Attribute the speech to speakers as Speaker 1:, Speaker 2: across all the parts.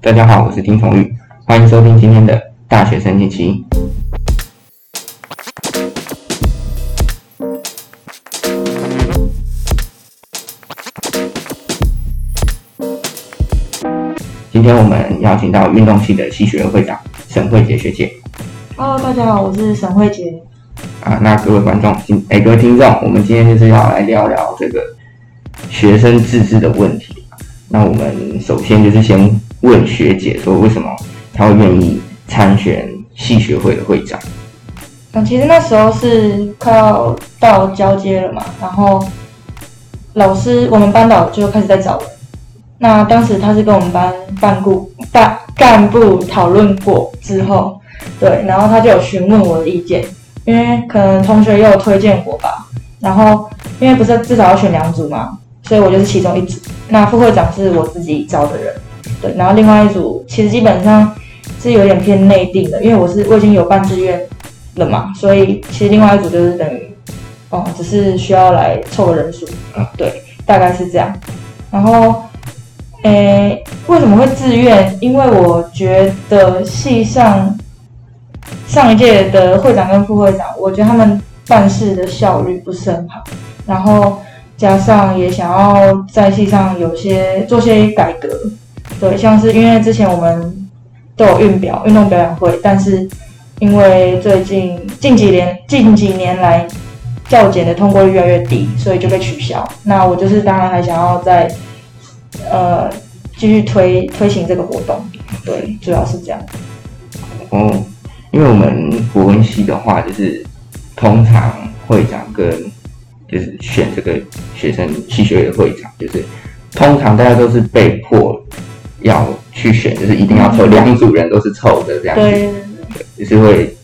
Speaker 1: 大家好，我是丁崇玉，欢迎收听今天的大学生星期一。今天我们邀请到运动系的系学会会长沈慧杰学姐
Speaker 2: Hello，大家好，我是沈慧杰。
Speaker 1: 啊。那各位观众，今哎各位听众，我们今天就是要来聊聊这个学生自治的问题。那我们首先就是先问学姐说，为什么她会愿意参选系学会的会长？
Speaker 2: 嗯，其实那时候是快要到交接了嘛，然后老师我们班导就开始在找人。那当时他是跟我们班干部大干部讨论过之后，对，然后他就有询问我的意见，因为可能同学也有推荐我吧。然后因为不是至少要选两组嘛，所以我就是其中一组。那副会长是我自己招的人，对，然后另外一组其实基本上是有点偏内定的，因为我是我已经有办志愿了嘛，所以其实另外一组就是等于，哦，只是需要来凑个人数
Speaker 1: 嗯，
Speaker 2: 对，大概是这样。然后，诶，为什么会自愿？因为我觉得系上上一届的会长跟副会长，我觉得他们办事的效率不是很好，然后加上也想要在系上有些做些改革，对，像是因为之前我们都有运表运动表演会，但是因为最近近几年近几年来教检的通过率越来越低，所以就被取消。那我就是当然还想要再呃继续推推行这个活动，对，主要是这样。
Speaker 1: 哦，因为我们国文系的话，就是通常会长跟就是选这个学生系学会的会长，就是通常大家都是被迫要去选，就是一定要凑两组人都是凑的这样子，就
Speaker 2: 对，
Speaker 1: 是会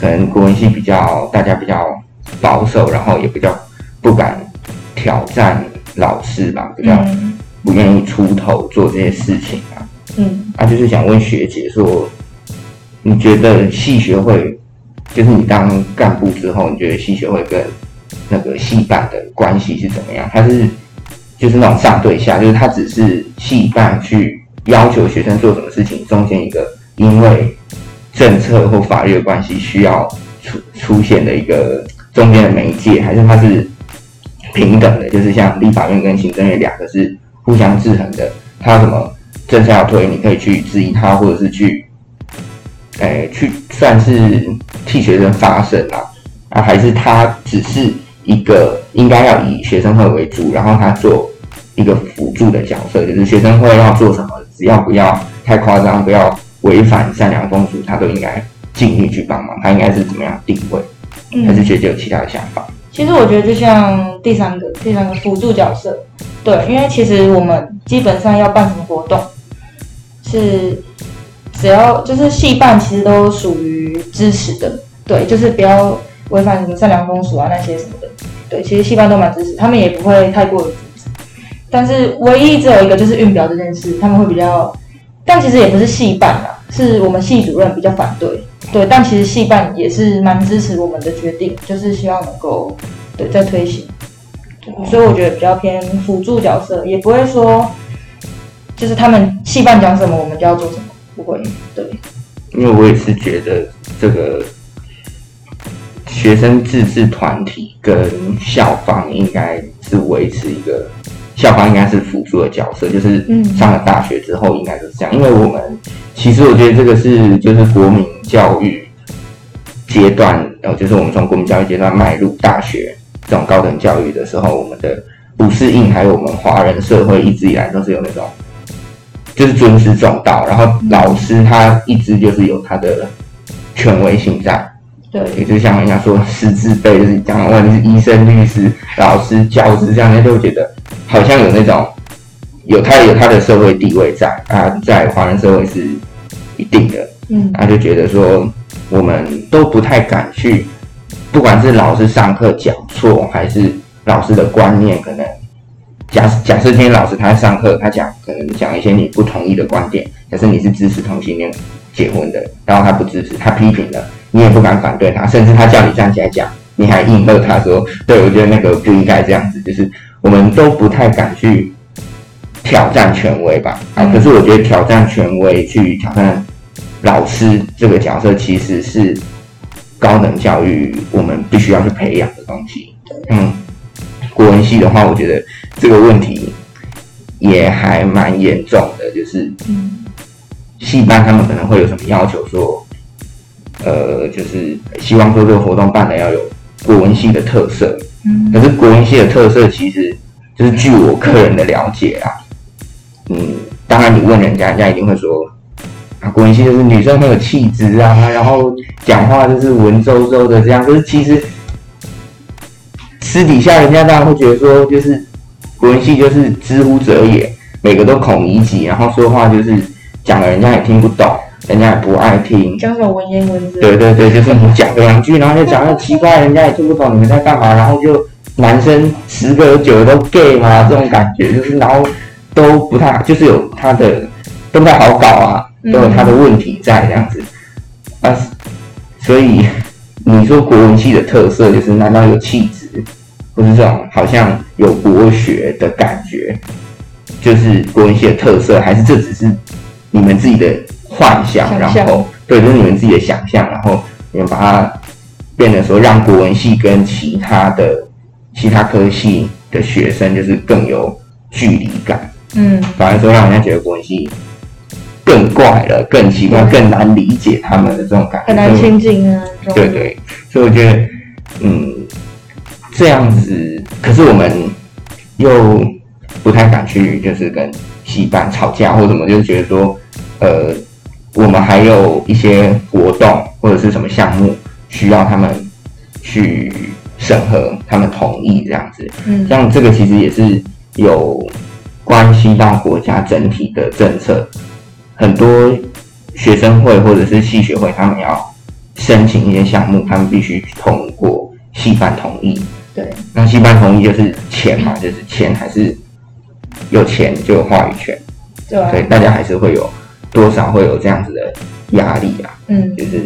Speaker 1: 可能国文系比较大家比较保守，然后也比较不敢挑战老师吧，比较
Speaker 2: 嗯
Speaker 1: 不愿意出头做这些事情啊。
Speaker 2: 嗯，
Speaker 1: 啊，就是想问学姐说，你觉得系学会，就是你当干部之后，你觉得系学会跟那个系办的关系是怎么样？它是就是那种上对下，就是它只是系办去要求学生做什么事情，中间一个因为政策或法律的关系需要出出现的一个中间的媒介，还是它是平等的？就是像立法院跟行政院两个是互相制衡的，它有什么？政策要推，你可以去质疑他，或者是去，哎、去算是替学生发声啊，啊，还是他只是一个应该要以学生会为主，然后他做一个辅助的角色，就是学生会要做什么，只要不要太夸张，不要违反善良风俗，他都应该尽力去帮忙，他应该是怎么样定位？
Speaker 2: 嗯
Speaker 1: 还是学姐有其他的想法？
Speaker 2: 其实我觉得就像第三个第三个辅助角色，对，因为其实我们基本上要办什么活动，是只要就是系办其实都属于支持的，对，就是不要违反什么善良风俗啊那些什么的，对，其实系办都蛮支持，他们也不会太过于阻止。但是唯一只有一个就是运表这件事，他们会比较，但其实也不是系办啦，是我们系主任比较反对，对，但其实系办也是蛮支持我们的决定，就是希望能够对再推行。对所以我觉得比较偏辅助角色，也不会说就是他们系办讲什么我们就要做什么，不会。对，
Speaker 1: 因为我也是觉得这个学生自治团体跟校方应该是维持一个校方应该是辅助的角色，就是
Speaker 2: 嗯
Speaker 1: 上了大学之后应该就是这样。因为我们其实我觉得这个是就是国民教育阶段，呃，就是我们从国民教育阶段迈入大学这种高等教育的时候，我们的不适应，还有我们华人社会一直以来都是有那种就是尊师重道，然后老师他一直就是有他的权威性在，
Speaker 2: 对，
Speaker 1: 也就像人家说师字辈，就是讲问是医生、律师、老师、教师这样，人家就会觉得好像有那种有他有他的社会地位在啊，在华人社会是一定的，
Speaker 2: 嗯
Speaker 1: 他就觉得说我们都不太敢去，不管是老师上课讲错，还是老师的观念可能。假假设今天老师他上课，他讲可能讲一些你不同意的观点，假设你是支持同性恋结婚的，然后他不支持，他批评了，你也不敢反对他，甚至他叫你站起来讲，你还应和他说，对我觉得那个不应该这样子，就是我们都不太敢去挑战权威吧。啊，
Speaker 2: 嗯
Speaker 1: 可是我觉得挑战权威去挑战老师这个角色，其实是高等教育我们必须要去培养的东西。嗯，国文系的话，我觉得这个问题也还蛮严重的，就是
Speaker 2: 嗯
Speaker 1: 戏班他们可能会有什么要求说，呃，就是希望说这个活动办的要有国文系的特色。可
Speaker 2: 嗯
Speaker 1: 是国文系的特色其实就是据我个人的了解啊，嗯，当然你问人家，人家一定会说啊，国文系就是女生很有气质啊，然后讲话就是文绉绉的这样。可是其实私底下人家当然会觉得说，就是国文系就是知乎者也，每个都孔乙己，然后说话就是讲了人家也听不懂，人家也不爱听，
Speaker 2: 讲什么文言文字？
Speaker 1: 对对对，就是你讲个两句，然后就讲到奇怪，人家也听不懂你们在干嘛，然后就男生十个有九个都 gay 嘛，这种感觉就是，然后都不太，就是有他的都不太好搞啊，都有他的问题在这样子啊，所以你说国文系的特色就是，难道有气质，或是这种好像有国学的感觉，就是国文系的特色，还是这只是你们自己的幻想，
Speaker 2: 想
Speaker 1: 然
Speaker 2: 象
Speaker 1: 后对，就是你们自己的想象，然后你们把它变得说，让国文系跟其他的其他科系的学生就是更有距离感，
Speaker 2: 嗯，
Speaker 1: 反而说让人家觉得国文系更怪了、更奇怪、更难理解他们的这种感觉，
Speaker 2: 很难亲近啊，这种
Speaker 1: 对对，所以我觉得，嗯，这样子，可是我们又不太敢去，就是跟戏班吵架或什么，就是觉得说，呃，我们还有一些活动或者是什么项目需要他们去审核，他们同意这样子。
Speaker 2: 嗯
Speaker 1: 像这个其实也是有关系到国家整体的政策，很多学生会或者是系学会，他们要申请一些项目，他们必须通过系办同意。
Speaker 2: 对，
Speaker 1: 那系办同意就是钱嘛，就是钱还是有钱就有话语权，
Speaker 2: 对啊
Speaker 1: 所以大家还是会有多少会有这样子的压力啊。
Speaker 2: 嗯
Speaker 1: 就是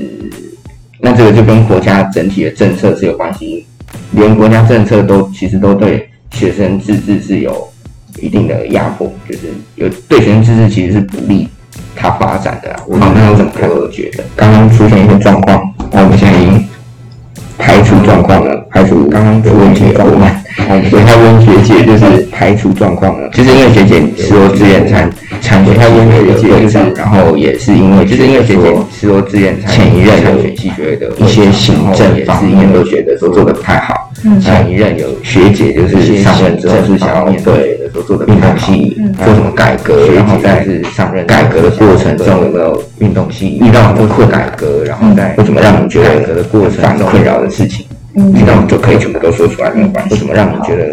Speaker 1: 那这个就跟国家整体的政策是有关系，连国家政策都其实都对学生自治是有一定的压迫，就是有对学生自治其实是不利他发展的、啊。我们那怎么看？我觉得嗯刚刚出现一个状况，那我们现在已经排除状况了，排除刚刚的问题了。我们我要问学姐，就是排除状况了，就是因为学姐是我之前参参选，她问学姐就是，然后也是因为就是因为学姐是我之前前一任有选系学的一些行政也是因为都觉得说做的不太好，
Speaker 2: 嗯
Speaker 1: 前一任有学姐就是上任之后是想要对说做的运动系
Speaker 2: 嗯
Speaker 1: 做什么改革，然后但是上任改革的过程中有没有运动系遇到很多困难改革，然后再为什么让你觉得改革的过程中困扰的事情，遇
Speaker 2: 嗯。
Speaker 1: 到你就可以全部都说出来，没有关系。为什么让你觉得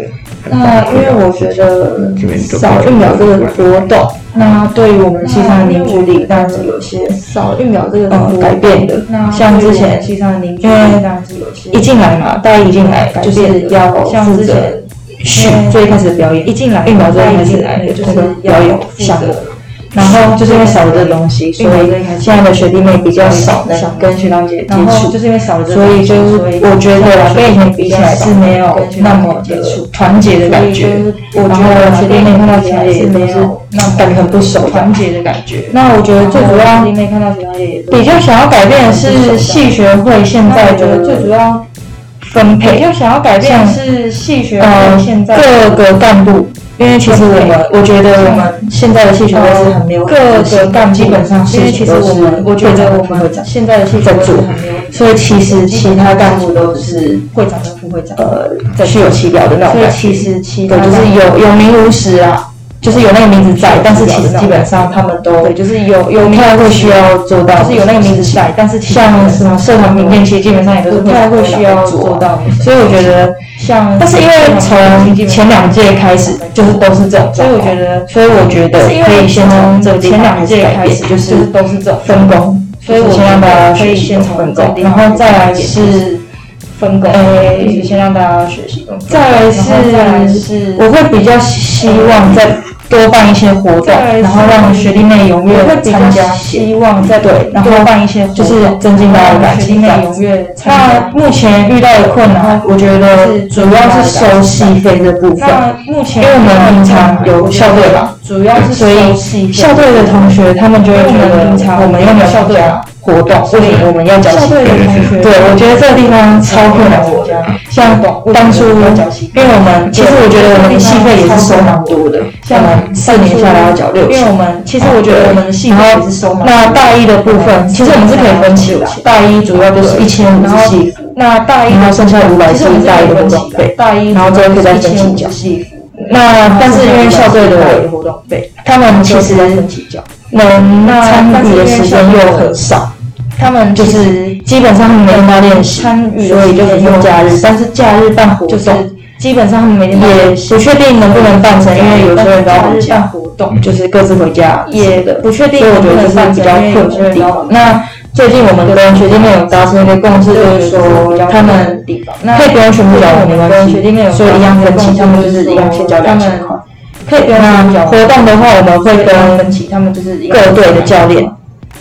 Speaker 1: 很
Speaker 2: 那
Speaker 1: 烦
Speaker 2: 嗯因为我觉得少疫苗这个活动，那对于我们西山的凝聚力当然是有些
Speaker 3: 少运表这个
Speaker 2: 呃改变的。像之前西山的凝聚力当然是有些一进来嘛，大家一进来就是要
Speaker 3: 像
Speaker 2: 负
Speaker 3: 之
Speaker 2: 责
Speaker 3: 前
Speaker 2: 序最一开始的表演，
Speaker 3: 一进来
Speaker 2: 疫苗最一开始
Speaker 3: 进
Speaker 2: 来
Speaker 3: 来
Speaker 2: 的
Speaker 3: 就
Speaker 2: 那
Speaker 3: 是
Speaker 2: 个表演项目。然后就是因为少了这个东西，所
Speaker 3: 疫苗
Speaker 2: 以
Speaker 3: 最一开始
Speaker 2: 现在的学弟妹比较少
Speaker 3: 少
Speaker 2: 能跟学长姐接
Speaker 3: 然后
Speaker 2: 触
Speaker 3: 就，是因为少了这
Speaker 2: 所
Speaker 3: 个东
Speaker 2: 以
Speaker 3: 西，
Speaker 2: 就是
Speaker 3: 所以
Speaker 2: 我觉得啦跟以前比起来是没有那么的团结的感觉，然后学弟妹看到其他也都是那种感觉很不熟
Speaker 3: 团
Speaker 2: 的。
Speaker 3: 结的感觉。
Speaker 2: 那我觉得最主要
Speaker 3: 弟妹看到其他也
Speaker 2: 比较想要改变的是系学会现在的
Speaker 3: 最主要
Speaker 2: 分
Speaker 3: 比
Speaker 2: 配，
Speaker 3: 较想要改变的是系学
Speaker 2: 呃
Speaker 3: 会现，在
Speaker 2: 各个干部，因为其实我们我觉得我们现在的系学会是很没有
Speaker 3: 嗯呃各个干部
Speaker 2: 基本上
Speaker 3: 因
Speaker 2: 是
Speaker 3: 为其实我们我觉得我们现在的系学会是很没有嗯
Speaker 2: 所以其实其他干部都是
Speaker 3: 会长跟副会长，
Speaker 2: 呃虚有其表的那种
Speaker 3: 所以
Speaker 2: 感觉。
Speaker 3: 其实其
Speaker 2: 对，
Speaker 3: 他
Speaker 2: 就是有有名无实啊，就是有那个名字在，但是其实基本上他们都
Speaker 3: 对就是有有
Speaker 2: 不
Speaker 3: 名
Speaker 2: 太会需要做到，
Speaker 3: 就是有那个名字在，但是其他
Speaker 2: 像
Speaker 3: 人
Speaker 2: 什么社团评鉴，其实基本上也都是
Speaker 3: 不太
Speaker 2: 会
Speaker 3: 会需要做。到。
Speaker 2: 所以我觉得，
Speaker 3: 嗯像，
Speaker 2: 但是因为从前两届开始，就是都是这种，
Speaker 3: 所以我觉，得，
Speaker 2: 所以我觉
Speaker 3: 但
Speaker 2: 得
Speaker 3: 是因
Speaker 2: 可以
Speaker 3: 为
Speaker 2: 先从
Speaker 3: 从
Speaker 2: 这个地
Speaker 3: 前
Speaker 2: 方
Speaker 3: 两届
Speaker 2: 改
Speaker 3: 开
Speaker 2: 变
Speaker 3: 始
Speaker 2: 就
Speaker 3: 就是是都是这种
Speaker 2: 分工，
Speaker 3: 所以我
Speaker 2: 就是先让大家
Speaker 3: 可
Speaker 2: 学
Speaker 3: 以
Speaker 2: 习
Speaker 3: 先从
Speaker 2: 分
Speaker 3: 这个
Speaker 2: 工，
Speaker 3: 地
Speaker 2: 然
Speaker 3: 方
Speaker 2: 后再来
Speaker 3: 开始
Speaker 2: 是
Speaker 3: 分工，
Speaker 2: 呃
Speaker 3: 就是先让大家学习工作，
Speaker 2: 再来
Speaker 3: 然后再来
Speaker 2: 是
Speaker 3: 是
Speaker 2: 我会比较希望在
Speaker 3: 多办一些活动，
Speaker 2: 再来是
Speaker 3: 然后让学弟妹踊
Speaker 2: 我会
Speaker 3: 跃
Speaker 2: 比
Speaker 3: 参
Speaker 2: 较
Speaker 3: 加。
Speaker 2: 希望在
Speaker 3: 对，然后办一些活动
Speaker 2: 就是增进大家的感
Speaker 3: 学弟
Speaker 2: 情这
Speaker 3: 妹
Speaker 2: 样
Speaker 3: 踊
Speaker 2: 子
Speaker 3: 跃
Speaker 2: 参
Speaker 3: 那
Speaker 2: 加
Speaker 3: 目前遇到的困难，我觉得
Speaker 2: 是
Speaker 3: 主要是收戏费这部分。
Speaker 2: 那目前
Speaker 3: 因为我们平常有校队吧，
Speaker 2: 主要是
Speaker 3: 所以
Speaker 2: 收戏费
Speaker 3: 校队的同学他们就会觉
Speaker 2: 因为我
Speaker 3: 得
Speaker 2: 们平常
Speaker 3: 我们又没有校队活动，所以我们要交
Speaker 2: 校
Speaker 3: 戏
Speaker 2: 队
Speaker 3: 费。
Speaker 2: 的同学，
Speaker 3: 对，我觉得这个地方超困扰我的。像当初，因为我们其实我觉得我们的戏费也是收蛮多的，像我们四年下来要缴六
Speaker 2: 因为
Speaker 3: 千
Speaker 2: 我。们其实我觉得我们的戏费也是收蛮
Speaker 3: 那大一的部分，其实我们是可以分期的，大一主要就是一千五
Speaker 2: 然后
Speaker 3: 戏服，
Speaker 2: 那大一
Speaker 3: 然后剩下五百
Speaker 2: 其
Speaker 3: 是
Speaker 2: 实我们
Speaker 3: 大一的活动费。
Speaker 2: 大一
Speaker 3: 然后之后可以再分期
Speaker 2: 交
Speaker 3: 缴
Speaker 2: 戏服，
Speaker 3: 那但是因为校队的
Speaker 2: 活动费，
Speaker 3: 他们其实
Speaker 2: 分期交。
Speaker 3: 能参与的时间又很少，他们就是基本上他们每天都要练习，
Speaker 2: 参与的时间
Speaker 3: 所以就是用假日，但是假日办活
Speaker 2: 就是
Speaker 3: 动
Speaker 2: 基本上他们每天
Speaker 3: 也不确定能不能办成，因为有些人都要回
Speaker 2: 办
Speaker 3: 家，
Speaker 2: 活动，
Speaker 3: 就是各自回家
Speaker 2: 也
Speaker 3: 的。
Speaker 2: 不确定
Speaker 3: 所以我
Speaker 2: 能
Speaker 3: 觉
Speaker 2: 不能
Speaker 3: 得这是
Speaker 2: 办
Speaker 3: 比
Speaker 2: 成，
Speaker 3: 较
Speaker 2: 因为有
Speaker 3: 困难
Speaker 2: 些
Speaker 3: 的
Speaker 2: 人
Speaker 3: 地
Speaker 2: 要
Speaker 3: 方。那最近我们跟学弟妹有达成一个共识，就是说他们
Speaker 2: 地方，
Speaker 3: 可以不用全部缴我
Speaker 2: 我
Speaker 3: 没
Speaker 2: 们
Speaker 3: 关
Speaker 2: 跟学弟妹
Speaker 3: 系，
Speaker 2: 有
Speaker 3: 所以一样分期，他们就是一样先交两千块。
Speaker 2: 可以不用
Speaker 3: 那
Speaker 2: 全部交，
Speaker 3: 活动的话，我们会跟
Speaker 2: 分期，他们就是一样
Speaker 3: 各队的教练，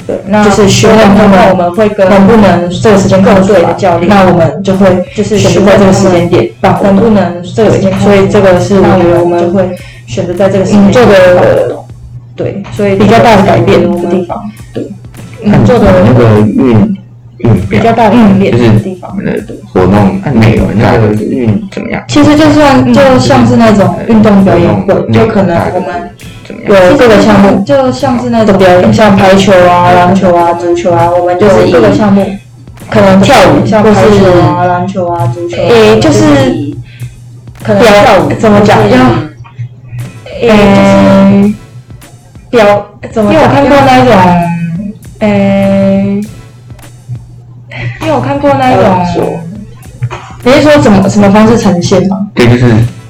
Speaker 2: 对，那
Speaker 3: 就是询问他们
Speaker 2: 我们会跟
Speaker 3: 能不能这个时间
Speaker 2: 各
Speaker 3: 够
Speaker 2: 队
Speaker 3: 对
Speaker 2: 的教练，
Speaker 3: 那我们就会
Speaker 2: 就是
Speaker 3: 选
Speaker 2: 询
Speaker 3: 择在
Speaker 2: 问
Speaker 3: 这个时间点办活
Speaker 2: 能不
Speaker 3: 动。
Speaker 2: 能这个时间，
Speaker 3: 所以这个是
Speaker 2: 那
Speaker 3: 我觉得
Speaker 2: 我
Speaker 3: 我
Speaker 2: 们就
Speaker 3: 们
Speaker 2: 会选择在这个时间
Speaker 3: 嗯做的
Speaker 2: 对，所以
Speaker 3: 比较大的改变
Speaker 2: 我
Speaker 3: 的地
Speaker 2: 们
Speaker 3: 方。
Speaker 2: 嗯做
Speaker 1: 那
Speaker 2: 的
Speaker 1: 个运运
Speaker 2: 比较
Speaker 1: 表，
Speaker 2: 大的
Speaker 3: 嗯
Speaker 2: 改变
Speaker 1: 就是
Speaker 2: 的地
Speaker 1: 我
Speaker 2: 方，
Speaker 1: 们的活动内容大概运怎么样？
Speaker 3: 其实就算就像是那种运动表演会，就可能我们
Speaker 1: 怎么样？
Speaker 3: 有各个项目
Speaker 2: 就像是那
Speaker 3: 的
Speaker 2: 种
Speaker 3: 表演，像排球啊、篮球啊、足球啊，我们就
Speaker 2: 就是是
Speaker 3: 以
Speaker 2: 各个项目，
Speaker 3: 可能跳舞
Speaker 2: 像
Speaker 3: 或
Speaker 2: 排
Speaker 3: 是
Speaker 2: 球啊、篮球啊、足球啊，
Speaker 3: 诶就是
Speaker 2: 以可能
Speaker 3: 表
Speaker 2: 跳舞
Speaker 3: 怎么讲
Speaker 2: 就是
Speaker 3: 要
Speaker 2: 诶，
Speaker 3: 嗯，
Speaker 2: 就是表怎么
Speaker 3: 因为我
Speaker 2: 讲
Speaker 3: 看过那种
Speaker 2: 诶，因为我看过那一种，
Speaker 3: 你是说怎么什么方式呈现吗？
Speaker 1: 对，就是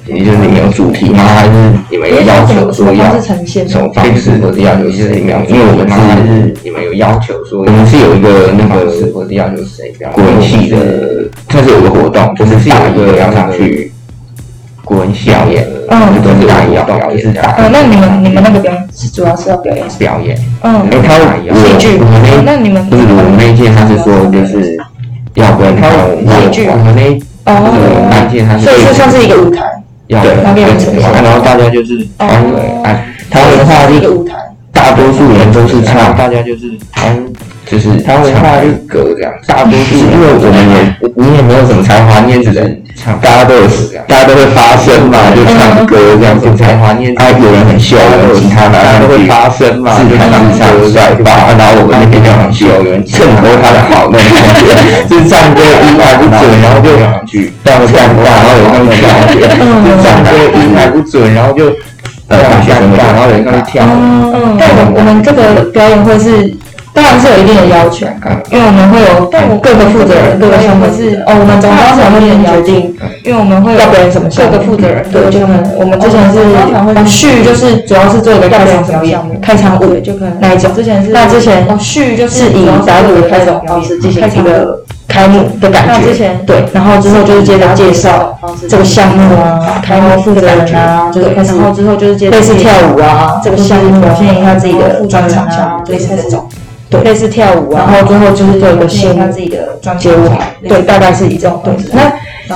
Speaker 1: 也就是你们有主题吗？还是你们有要
Speaker 3: 怎
Speaker 1: 求
Speaker 3: 么什
Speaker 1: 说
Speaker 3: 么
Speaker 1: 要
Speaker 3: 方式呈现？
Speaker 1: 什么方式或者要求是怎么样？因为我们还是你们有要求说，我们是有一个那个或者要求谁滚系的，它是有个活动，就是是有一个要上去滚系表演，
Speaker 3: 嗯
Speaker 1: 都是大一要表演，就是大
Speaker 3: 呃，
Speaker 1: 一
Speaker 3: 那你们你们那个表演是主要是要表演什么？
Speaker 1: 表演。
Speaker 3: 嗯，
Speaker 1: 然后他
Speaker 3: 戏剧
Speaker 1: 我们
Speaker 3: 那你们
Speaker 1: 那就是我们那一届他是说就是要跟他
Speaker 3: 戏剧
Speaker 1: 我们那一就是我们那一届他
Speaker 3: 哦，
Speaker 1: 是
Speaker 3: 所以这算是一个舞台，
Speaker 1: 要
Speaker 3: 对
Speaker 1: 跟
Speaker 3: 表演
Speaker 1: 跟然后大家就是安慰安，他们的话
Speaker 3: 算是一
Speaker 1: 是
Speaker 3: 个舞台。
Speaker 1: 大多数人都是唱，大家就是安，就是他们话就歌这样。大多数，因为我们也你也没有什么才华，你也只能唱，大家都有，大家都会发声嘛，就唱歌这样子。才华，你也啊，有人很秀，有人吉他拿上去，会发声嘛，自弹自唱嗯帅吧。然后我们那边就很秀，有人衬托他的好那 种，就是唱歌一来不准，然后就去到了干尬，然后有那种感觉，
Speaker 3: 嗯
Speaker 1: 就唱歌一来不准，然后就呃尴尬，然后有人上去跳。
Speaker 3: 嗯，但我我们这个表演会是，当然是有一定的要求，
Speaker 1: 啊
Speaker 3: 因为我们会有嗯
Speaker 2: 但我
Speaker 3: 各个负责人、各个项目是哦，我们总招常会决定
Speaker 2: 因为我们会有
Speaker 3: 要表演什么项
Speaker 2: 各
Speaker 3: 目，嗯
Speaker 2: 个负责人，
Speaker 3: 对，就
Speaker 2: 就
Speaker 3: 可
Speaker 2: 可能
Speaker 3: 能我们之前是序，就是主要是做一个
Speaker 2: 要
Speaker 3: 开
Speaker 2: 表演
Speaker 3: 场
Speaker 2: 什么
Speaker 3: 表
Speaker 2: 项目
Speaker 3: 演、开场舞
Speaker 2: 对，，就可能
Speaker 3: 那一种
Speaker 2: 之前是
Speaker 3: 那之前
Speaker 2: 哦序就是
Speaker 3: 以打鼓的开场方式进行一个开幕的感
Speaker 2: 那
Speaker 3: 觉，
Speaker 2: 之前
Speaker 3: 对，然后之后就是接着介绍这个项目啊，开幕负责人啊，就是
Speaker 2: 对，
Speaker 3: 开始
Speaker 2: 然后之后就是接着
Speaker 3: 类似跳舞啊这个项目，表现一下自己的专长
Speaker 2: 啊
Speaker 3: 项目，类似这种，啊对，类似跳舞啊，然后最后就是做一个
Speaker 2: 表
Speaker 3: 新
Speaker 2: 现一下自己的专
Speaker 3: 街舞
Speaker 2: 长，
Speaker 3: 对，大概是以这种方式。那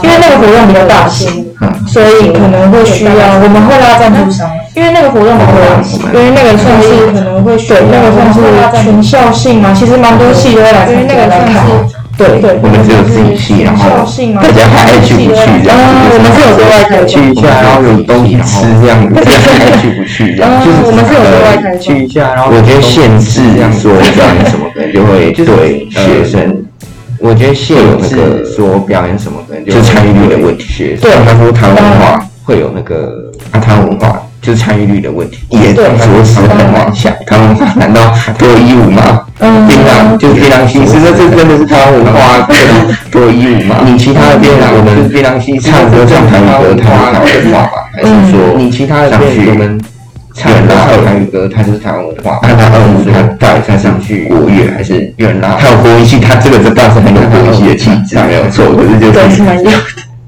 Speaker 3: 因为那个活动比较大型，所以可能会需要我们会拉
Speaker 2: 嗯
Speaker 3: 赞助商。因为那个活动的话，因为那个算是
Speaker 2: 可能会
Speaker 3: 对，那个算是全校性嘛，其实蛮多系都会来参加来看。对对，
Speaker 1: 我们只有自己系，然后大家还爱去不去这样
Speaker 3: 嗯
Speaker 1: 子。
Speaker 3: 我们是有对啊外开放
Speaker 1: 去一下，然后有东西吃这样子，爱去不去这样。
Speaker 3: 嗯我们是有对外开放
Speaker 1: 去一下，然后我觉得限制这样说表演什么，可 能就会对学生。我觉得限制说表演什么，可能就参与率的问题。学
Speaker 3: 对
Speaker 1: 他说谈文化啊会有那个啊，谈文化就是参与率的问题，也
Speaker 3: 对
Speaker 1: 着实很难想。谈文化难道脱衣舞吗？
Speaker 3: 嗯
Speaker 1: 槟榔就是槟榔西施，那这真的是台湾文化脱衣舞嘛？你其他的槟榔，我们槟榔西施唱歌像台湾歌，台湾文化吧？还是说你其他的槟我们唱拉台语歌，它就是台湾文化？那他二五他到底算上去国乐还是越南？还有国音系，他这个这倒是很有国音系的气质，没有错。可是就是
Speaker 3: 对，是蛮有。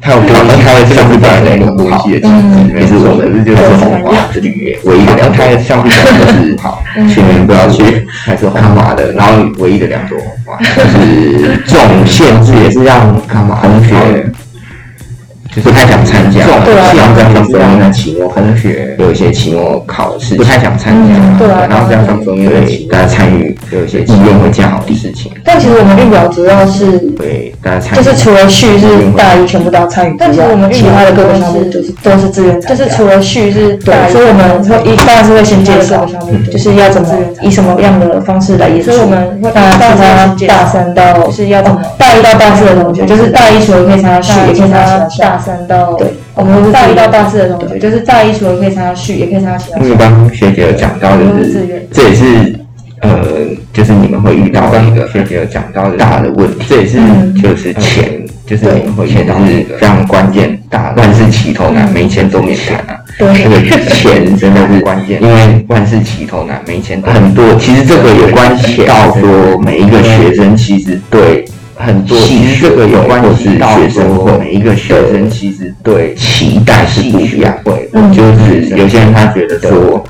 Speaker 1: 他有国文系，他会上不班的那个国文系的
Speaker 2: 嗯
Speaker 1: 也是我们，这就是红华之旅唯一的两，他上不班就是好，嗯全员不要去，还是红华的，然后唯一的两朵红花，就是这种限制也是让同学就是不太想参加，
Speaker 2: 对啊
Speaker 1: 像这样说那期末同学有一些期末考试不太想参加，
Speaker 2: 嗯对啊
Speaker 1: 然后这样上中因为大家参与有一些意愿会降好的事情，
Speaker 3: 但其实我们预表主要是，
Speaker 1: 对大家参
Speaker 3: 就
Speaker 1: 与
Speaker 3: 是除了序是大一全部都要参与之外，
Speaker 2: 但其实我们
Speaker 3: 其他的各个项目
Speaker 2: 预表
Speaker 3: 都
Speaker 2: 是
Speaker 3: 是都是自愿参
Speaker 2: 就
Speaker 3: 加，
Speaker 2: 是除了序是大
Speaker 3: 对，
Speaker 2: 一
Speaker 3: 所以我们会一般是会先介绍，就是要怎么以什么样的方式来演
Speaker 2: 嗯
Speaker 3: 出。
Speaker 2: 所以我们会
Speaker 3: 那大家大三到
Speaker 2: 就是要怎么
Speaker 3: 大一到大四的同学，就是大一除了可以参加序，
Speaker 2: 哦大
Speaker 3: 也
Speaker 2: 一
Speaker 3: 可
Speaker 2: 参
Speaker 3: 以参加
Speaker 2: 加
Speaker 3: 其他
Speaker 2: 大
Speaker 3: 项目。
Speaker 2: 三到
Speaker 3: 对
Speaker 2: 我们大一到大四的同学，就是大一除了可以参加序，也可以参加其他
Speaker 1: 因为刚刚学姐有讲到，就
Speaker 2: 哦都是自
Speaker 1: 是
Speaker 2: 愿
Speaker 1: 这也是呃，就是你们会遇到的一个学姐有讲到的大的问题，这也是
Speaker 2: 嗯
Speaker 1: 就是钱，就是你们会遇到的一个非常关键
Speaker 2: 嗯
Speaker 1: 大万事起头难，没钱都免谈啊。这个钱真的是关键，因为万事起头难，没钱很多。其实这个也关系到说每一个学生其实对。很多其实这个有关系到学生会，每一个学生其实对期待是不一样的。
Speaker 2: 嗯
Speaker 1: 就是有些人他觉得说，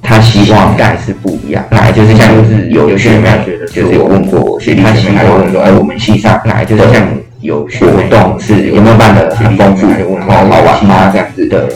Speaker 1: 他希望带是不一样，来就是像就是有学妹觉得就是有问过学弟学妹，他有问说，哎，我们系上来就是像有活动是有没有办的很丰富，好好玩吗？这样子的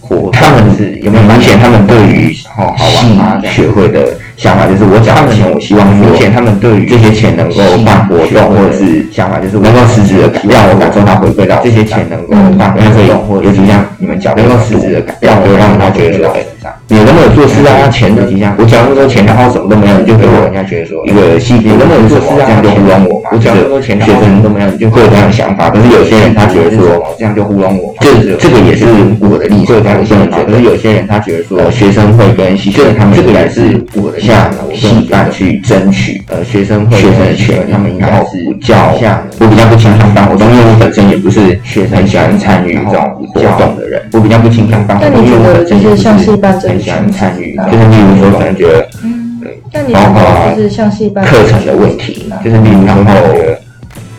Speaker 1: 活，他们是有没有明显他们对于好好玩吗？学会的想法就是我讲的钱，我希望明显他们对于这些钱能够办活动或者是想法就是能够实质的感让我感受到回馈到这些钱能够办活动，或者尤其像你们讲能够实质的感让我让他觉得说，哎，你能不能做事让他钱的形象？我讲那么多钱，然后什么都没有，你就给我人家觉得说一个戏剧，你能不能做事让他就糊弄我嘛？我讲那么多钱，学生都没有，你就会有这样的想法。可是有些人他觉得说哦这样就糊弄我，这这个也是我的例子。有些人觉得，可是有些人他觉得说学生会跟戏剧他们这个也是我的向戏办去争取呃学生会学生的权益，他们应该是比较我比较不倾向办活动，因为我本身也不是学生喜欢参与这种活动的人，我比较不倾向办活
Speaker 2: 但
Speaker 1: 动，
Speaker 2: 你
Speaker 1: 因为
Speaker 2: 觉
Speaker 1: 我
Speaker 2: 得
Speaker 1: 本身也
Speaker 2: 就
Speaker 1: 不
Speaker 2: 是像戏办这
Speaker 1: 很
Speaker 2: 一
Speaker 1: 喜
Speaker 2: 群
Speaker 1: 欢参与，就是例如说可能觉得
Speaker 2: 但你觉得就是像戏班
Speaker 1: 课程的问题，就是例如然后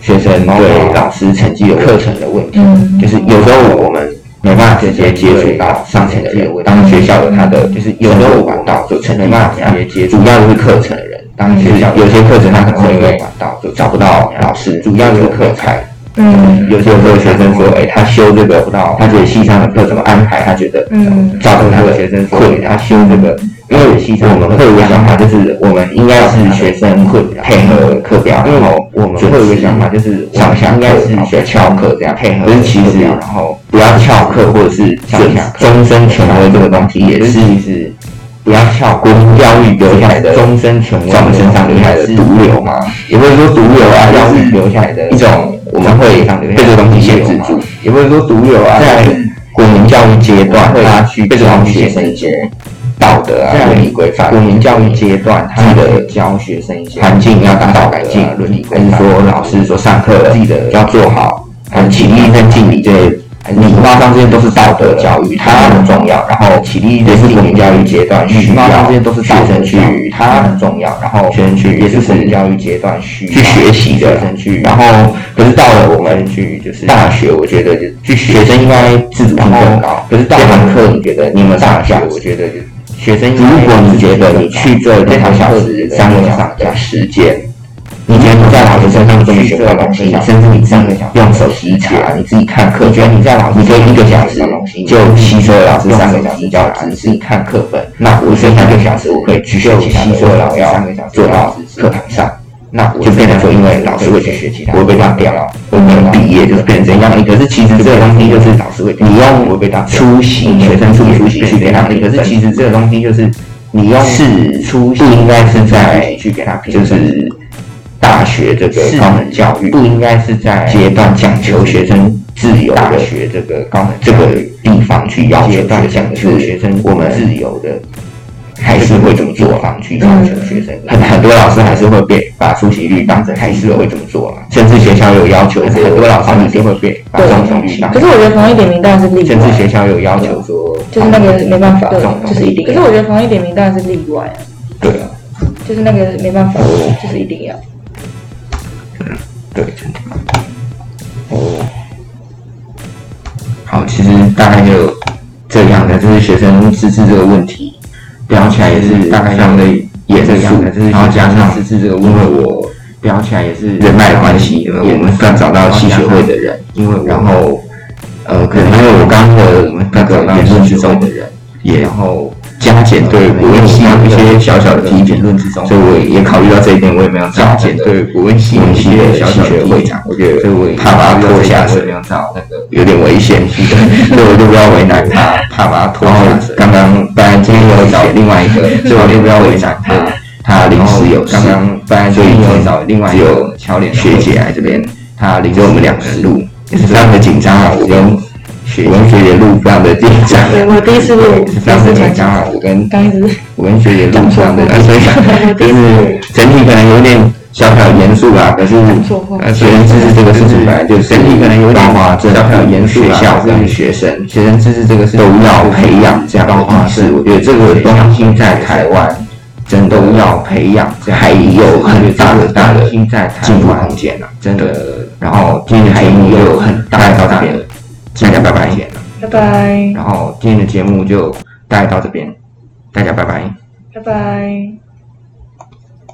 Speaker 1: 学生对老师成绩有课程的问题，
Speaker 2: 嗯
Speaker 1: 就是有时候我们没办法直接接触到上层的人，
Speaker 2: 嗯
Speaker 1: 当学校有他的就是有时候管道就成没办法直接接
Speaker 2: 嗯
Speaker 1: 触，主要就是课程的人。当学校有些课程他可能会因为管道就找不到老师，主要就是课才
Speaker 2: 嗯，
Speaker 1: 有些有时候学生说，哎、他修这个不到，他觉得系上的课怎么安排，他觉得
Speaker 2: 嗯
Speaker 1: 造成他的学生困扰，他修这个，因为系上我们会有一个想法，就是我们应该是学生困扰配合课表，然后我们会有一个想法，就是上下应该是学翘课这样配合，可是其实然后不要翘课或者是上下终身权威这个东西也是是。不要翘国民教育留下来的终身权威，在我们身上留下来的毒瘤嘛，也不是说毒瘤啊，要是留下来的一种，我们会被这个东西限制住，也不是说毒瘤啊，在国民教育阶段，他去被这个东西学生一些道德啊、伦理规范。国民教育阶段，他的教学生一些环境要达到改进，伦理规范，说老师说上课自己的要做好，嗯，起立跟敬礼这些。礼貌上这些都是道德教育，它很重要。然后起立也是国民教育阶段需要嗯这些都是学生去，它很重要。然后学生去也是国民教育阶段需去学习的学生去。然后可是到了我们去就是大学，我觉得就去学生应该自主性更高。可是到堂课，你觉得你们大学，我觉得就学生如果你觉得你去这这堂小时三个小时的时间。你觉得你在老师身上可以学到东西，甚至你上个小时用手机查，你自己看课，觉得你在老师这一个小时就吸收了老师三个小时教的知识，看课本，那我剩下六小时我可以去学其他的，老师三个小时做到课堂上。那我就变成说，因为老师会去学其他，我会被当掉了，我可能毕业就是变成这样。可是其实这个东西就是老师会，你用我被嗯当出席学生出不出席去给他力，可是其实这个东西就是你用是出不应该是在去给他评，就是大学这个高等教育不应该是在阶段讲求学生自由大学这个高等这个地方去要求阶段讲求学生我们自由的。还是会这么做方去要求学生，
Speaker 2: 嗯
Speaker 1: 很很多老师还是会被把出席率当成还是会这么做嘛，甚至学校有要求，很多老师一定会被把
Speaker 2: 嗯对
Speaker 1: 出席率当
Speaker 2: 可
Speaker 1: 成，
Speaker 2: 是我觉得防疫点名当然是例
Speaker 1: 甚至
Speaker 2: 外，
Speaker 1: 学校有要求说，
Speaker 2: 就是那个没办法，
Speaker 1: 这种
Speaker 2: 对，
Speaker 1: 东
Speaker 2: 就
Speaker 1: 西
Speaker 2: 是一定。可是我觉得防疫点名当然是例外啊，
Speaker 1: 对啊，
Speaker 2: 就是那个没办法，就是一定要。
Speaker 1: 对，哦，其实大概就这样的，就是学生自治这个问题标起来也是大概相对严肃，然后加上自治这个，因为我标起来也是人脉的关系，我们算找到系学会的人，因为然后呃，可能因为我刚的那个言论之中的人，也然后。呃加减对国文系有一些小小的批评，所以我也考虑到这一点，我也没有找减对国文系一些小小的会长，我觉得，所以我怕把他拖下水，有点危险， 所以我就不要为难他，怕把他拖
Speaker 2: 哦
Speaker 1: 下水。刚刚本来今天有找另外一 个，所以我就不要为难他，他临时
Speaker 2: 哦
Speaker 1: 有事，刚刚本来所以有找另外有乔脸学姐来这边，他领着我们两个人 录，也是非常的紧张啊，我跟。学跟学姐录非常的紧张，啊
Speaker 2: 对我第一次录
Speaker 1: 非常的紧张啊！我跟
Speaker 2: 刚一直
Speaker 1: 我跟学姐录非常的，啊所以就是整体可能有点小小严肃吧，可是
Speaker 2: 错话
Speaker 1: 呃学生自治这个事情本来就整体可能有点花这小小严肃，学校跟学生学生自治这个事都要培养这样的意识，我觉得这个东西在台湾。真的要培养，还有很大的大的进步空间啊！真的，然后今天还有很大到这边，大家拜拜。
Speaker 2: 拜拜，
Speaker 1: 然后今天的节目就大概到这边，大家拜拜。
Speaker 2: 拜拜。